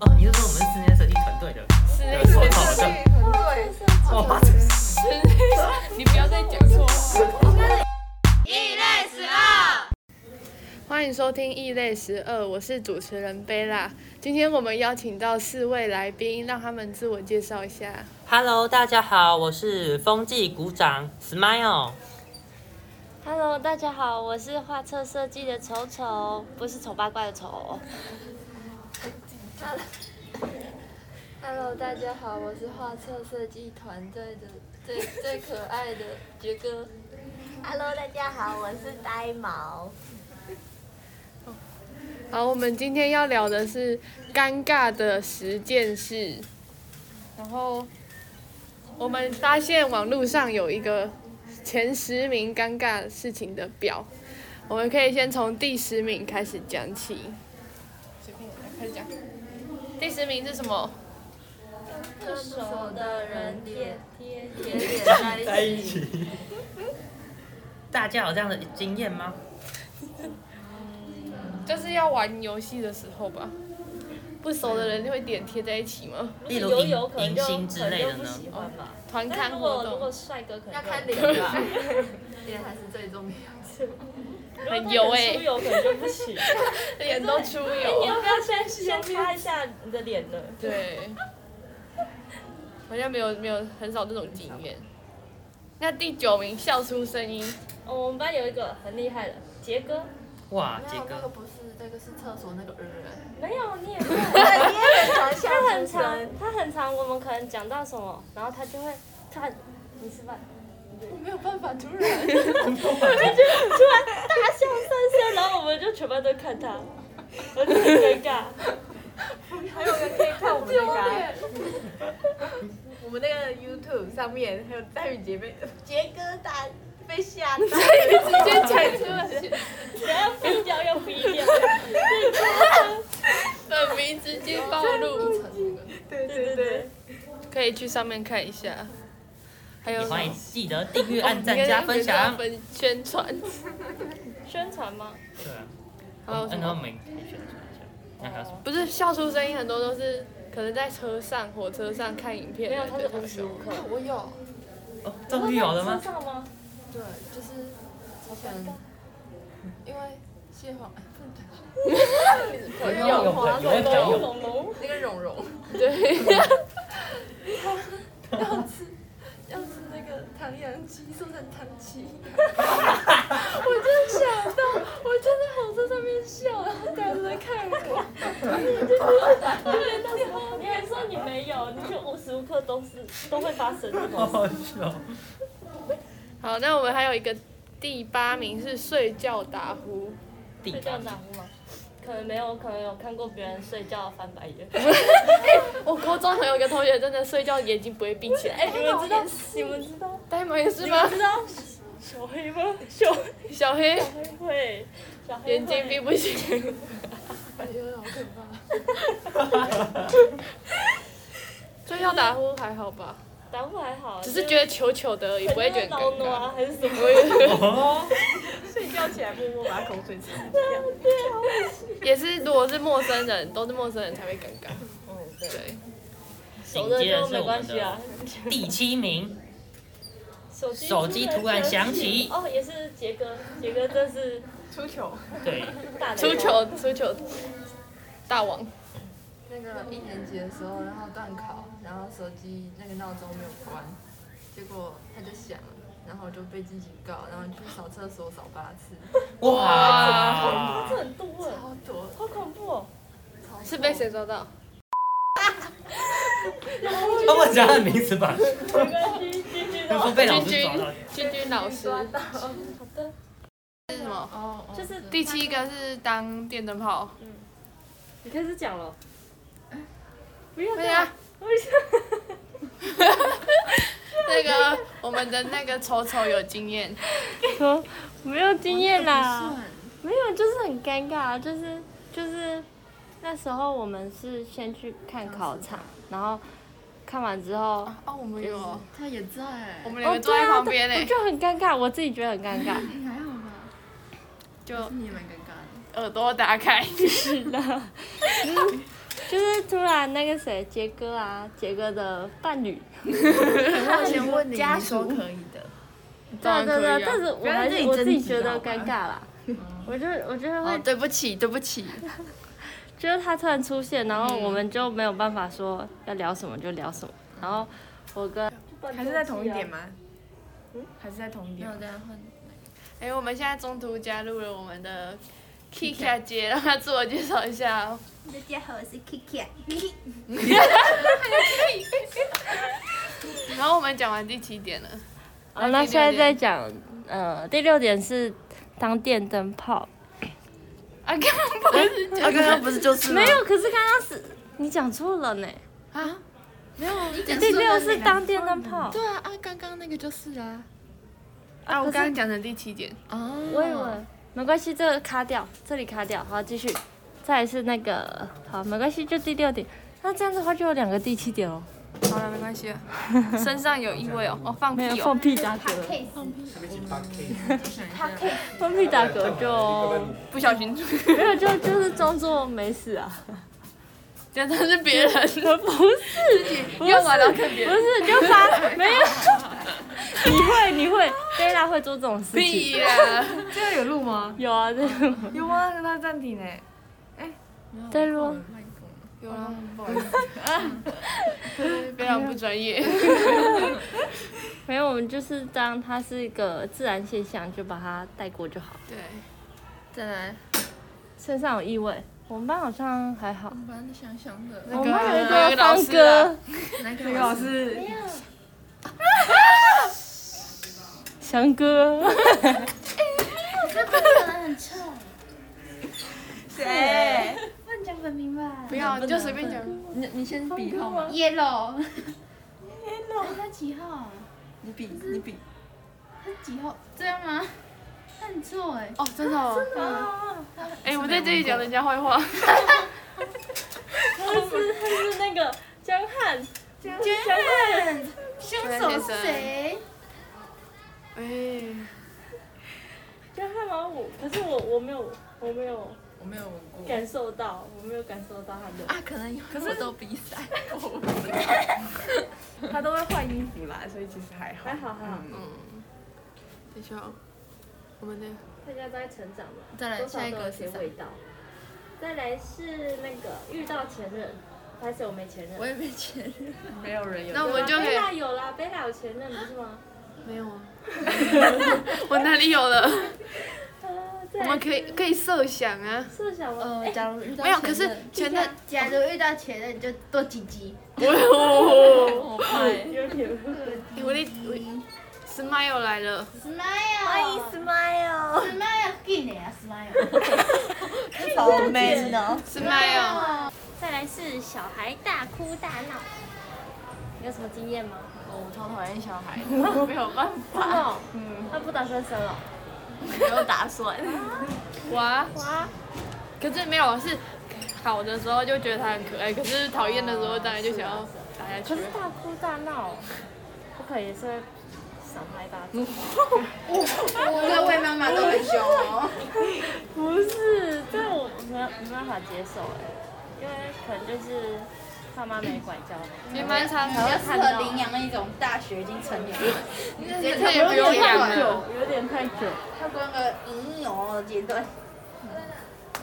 哦，你是说我们是室内设计团队的？室内对设我计操，好师像哇，室内设，你不要再讲错话。欢迎收听《异类十二》，我是主持人贝拉。今天我们邀请到四位来宾，让他们自我介绍一下。 Hello，大家好，我是风纪股长 Smile。 Hello，大家好，我是画册设计的丑丑，不是丑八怪的丑哦。 Hello，大家好，我是画册设计团队的最最可爱的杰哥。 Hello，大家好，我是呆毛。好，我们今天要聊的是尴尬的十件事。然后我们发现网络上有一个前十名尴尬事情的表，我们可以先从第十名开始讲起。随便来开始讲。第十名是什么？不熟的人点贴点点在一起。起。 大家有这样的经验吗？就是要玩游戏的时候吧。不熟的人就会点贴在一起吗？例如有有可迎能迎就新之类的可能就不呢？喜欢吧。团但刊如活果如果动帅哥可能要就看脸吧，脸还是最重要。很油哎、出油可能就不行。脸都出你油。要不要先先擦一下你的脸呢？对，好像没有没有很少这种经验。那第九名笑出声音，哦我们班有一个很厉害的杰哥，哇，没杰有，那个哥，不是，那个是厕所那个人。没有你也没 对，有。你也很常 笑他很出长声。，他很长。我们可能讲到什么，然后他就会突然，你吃饭，我没有办法， 突然。突然大笑三声，然后我们就全班都看他，我就很尴尬。还有人可以看我们那个啊，我们那个 YouTube 上面还有戴宇杰被杰哥大被吓到，直接讲出来，等下逼掉要逼掉。本名直接暴露，对对对对对，可以去上面看一下。还有也什么欢迎记得订阅、哦按赞、你跟加分享。分宣传。宣传吗？对啊，还有我什们然后我么？们可以宣传一下。那还有什么？不是笑出声音，很多都是可能在车上、火车上看影片没有，的他那是种无时笑无刻。我有，哦，终于有了吗车？上吗？对，就是之前，因为蟹黄，哎不能有有啊黄有有有蓉蓉 龙龙，那个蓉蓉。对， 要吃要吃那个唐扬鸡，送成唐鸡。我就想到，我就在火车上面笑，然后大家都在看我。对，那时候你还说你没有，你就无时无刻都是都会发生这好种事。好笑。好，那我们还有一个第八名是睡觉打呼，第睡觉八哪名，壶吗？可能没有，可能有看过别人睡觉翻白 眼。我哦高中有一个同学真的睡觉眼睛不会闭起 来，哎，你们知道？你们知道？呆萌也是你吗们？知道小黑吗？小小 小黑黑会，小黑会眼睛闭不 起来。哎呦，好可怕！ 睡觉打呼还好吧，打呼还好，只是觉得糗糗的而已，可能不会觉得是尴闹怒尬。啊，还是什么？哦，睡觉起来默默把口水擦也是，如果是陌生人，都是陌生人才会尴尬。嗯，对，哦对，熟紧的接着就是没我关们系啊的。第七 名，手机手机突然响起哦，也是杰哥，杰哥真是出糗，对，大出雷哦公糗出糗大王，那个一年级的时候，然后断考，然后手机那个闹钟没有关，结果它就响了，然后我就被自己告，然后去扫厕所扫八次，哇哇，这，很多哎，超 多，好恐怖 哦！超多是被？谁抓到？帮我讲他的名字 吧。没关系，继续就的。 说被老师抓到，君君老师抓到。好的，是什么？哦，哦就是第七个是当电灯泡。你开始讲了。不要哎对啊呀，为什么？那个我们的那个丑丑有经验，说没有经验啦不算，没有，就是很尴尬，就是就是那时候我们是先去看考场，然后看完之后，哦，我们有，他也在哎我，们两哦个坐对在啊，旁边欸我嘞，就很尴尬，我自己觉得很尴 尬。你还好吧？就 你也蛮尴尬的。耳朵打开，是的，就是突然那个谁，杰哥啊，杰哥的伴侣，我先问 你，你说可以的，对对当然可对以，啊但是我还是我自己觉得尴尬啦。嗯我就我就会哦，对不起，对不起，觉得他突然出现，然后我们就没有办法说要聊什么就聊什么，然后我跟还是在同一点吗？嗯还是在同一点吗。这样换。哎、我们现在中途加入了我们的 Kika 姐，让她自我介绍一下哦。大家好，我是 Kiki。然后我们讲完第七点了，啊，那现在在讲呃第六点是当电灯泡，啊，根本不哎是啊，刚刚不是就是吗没有，可是刚刚是你讲错了呢，啊，第六是当电灯泡，对啊，啊，刚刚那个就是啊。啊啊，我可是刚刚讲成第七点，我以为没关系，这个卡掉，这里卡掉，好继续，再来是那个好没关系，就第六点，那这样子的话就有两个第七点哦，好了，没关系了。身上有异味哦，哦，放屁没哦。有放屁打嗝，想一下，放屁打嗝就。不小心， 没有，就就是装作没事啊，真的是别人 不是，不是，不是就发没有， 你会你会，Bella 会做这种事情，屁啦。这样有录吗？有啊， 这种有啊，让它暂停呢。在录，有啊，不好意思，非常不专业。没有，我们就是当它是一个自然现象，就把它带过就好。对，再来，身上有异味，我们班好像还好，我班香香的，我们班有一哪个个老方师啊哥，那个老师翔哥，谁？乱讲本名吧。不要就随便讲。你你先比号码， Yellow。Yellow。他几号？你比你比，他几号？这样吗？他很错哎。哦，真的哦。真的。哎，我在这里讲人家坏话。他是他是那个江汉，凶手手是是谁谁？哎。江汉吗？我可是我我没有我没有我没有闻过。感受到，我没有感受到他的。啊，可能可是我都比赛， 他都会换衣服啦，所以其实还好。还好还好嗯等一下哦，我们的大家都在成长嘛，再来多少下一都个有些是啥味道。再来是那个遇到前任，还是我没前任？我也没前任，没有人有。那我们就可贝以拉有啦，贝拉有前任不是吗？没有啊。 我哪里有了？呃，我再们来可以可以设想啊。设想吗？呃，假如遇到没有，可是前任假如遇到前任，你就多几集。我派有点哎哦我的我 smile 来了， Smile。欢迎 Smile。Smile 给你啊，Smile。好 man 哦， smile。再来是小孩大哭大闹，你有什么经验吗？哦我超讨厌小 孩，真的哦，嗯，他不打算生了。没有打算。哇哇！可是没有，是好的时候就觉得他很可爱，可是讨厌的时候当然就想要打下去可。是大哭大闹，不可也是会赏他一巴掌。哦各位妈妈都很凶哦。不是，这我没没办法接受哎，因为可能就是爸妈没管教，你蛮常才会看到。养那种大学已经成年了，这也不用啊养了。，有啊点太久。他过那个婴幼儿阶段。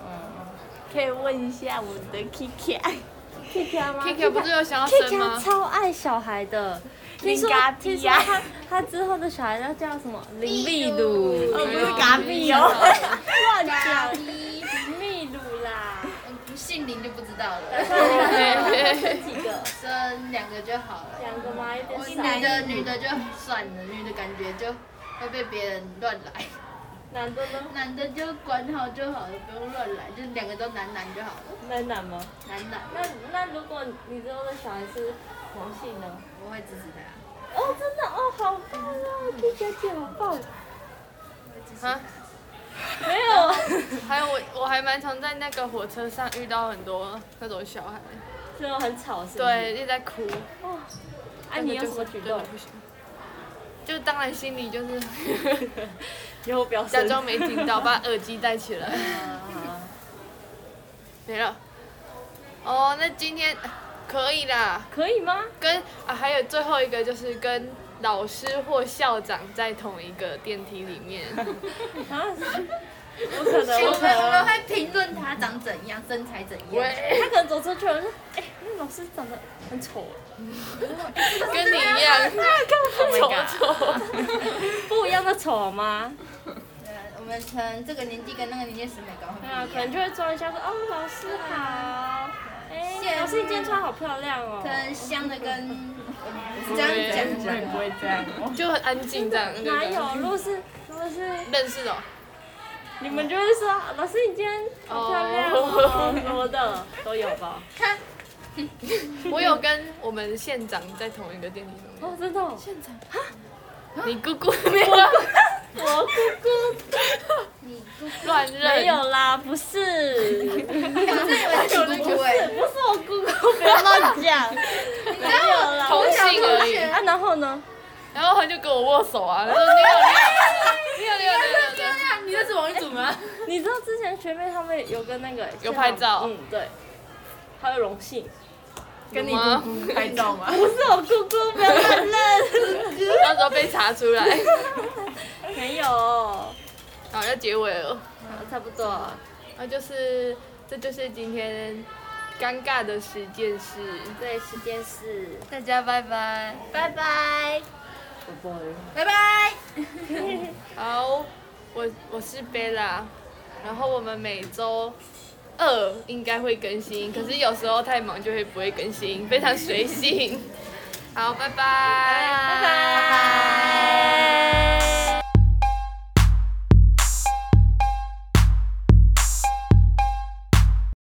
嗯可以问一下我的 Kiki，Kiki 吗 Kiki 不是有想要生 Kiki 吗？超爱小孩的，听说嘎听比说呀他他之后的小孩要叫什么林密鲁，哦不是嘎比哦哎乱嘎讲比， 密鲁啦，不嗯姓林就不知道了， 生几个？生两个就好了。两个吗？一边少女的女的就算了，女的感觉就会被别人乱来，男的呢？男的就管好就好了，不用乱来，就两个都男男就好了，男男吗？男男那那如果你之后的小孩是同性呢？我会支持他，哦，真的哦，好棒哦，K 小姐好棒。啊，没有，还有我我还蛮常在那个火车上遇到很多那种小孩，真的很吵是不是？对，一直在哭。哇，啊，你有什么举真动的？不行。就当然心里就是以后不要假装没 听到，把耳机戴起来，没了。哦，那今天可以啦。可以吗？ 跟啊，还有最后一个就是跟老师或校长在同一个电梯里面， 啊，不可能，我我们我们会评论他长怎样，身材怎样。他可能走出去了，说：“哎、那老师长得很丑。”啊跟你一样。丑丑，Oh 不一样的丑好吗？对啊我们从这个年纪跟那个年纪审美观会不对啊，一可能样。就会装一下说：“哦，老师好，哎、羡慕老师你今天穿好漂亮哦。可”能香的 跟我这样讲也不会这样哦。 就很安静这样。 对哪不对有？如果是如果是认识的哦？你们就会说：“老师你今天好漂亮哦，什么的都有吧？我有跟我们县长在同一个电梯上面。哦，真的哦、你姑姑没有啦我姑姑 乱认，没有啦，不是，对，不是我姑姑，不要乱 讲，没有啦，同性而已。啊，然后呢？然后他就跟我握手啊，他说你有你有你有你有你有你你这是王一祖吗？你知道之前学妹她们有跟那个有拍照嗯，对，还有荣幸，跟你有吗姑姑拍照吗？不是我姑姑，不要乱认，有，到时候被查出来。没有，好好，要结尾了。 差不多，那就是这就是今天尴尬的十件事。对，时间是大家拜拜。拜拜。拜拜。好，我我是 Bella，然后我们每周二应该会更新，可是有时候太忙就会不会更新，非常随性。好，拜拜，拜拜。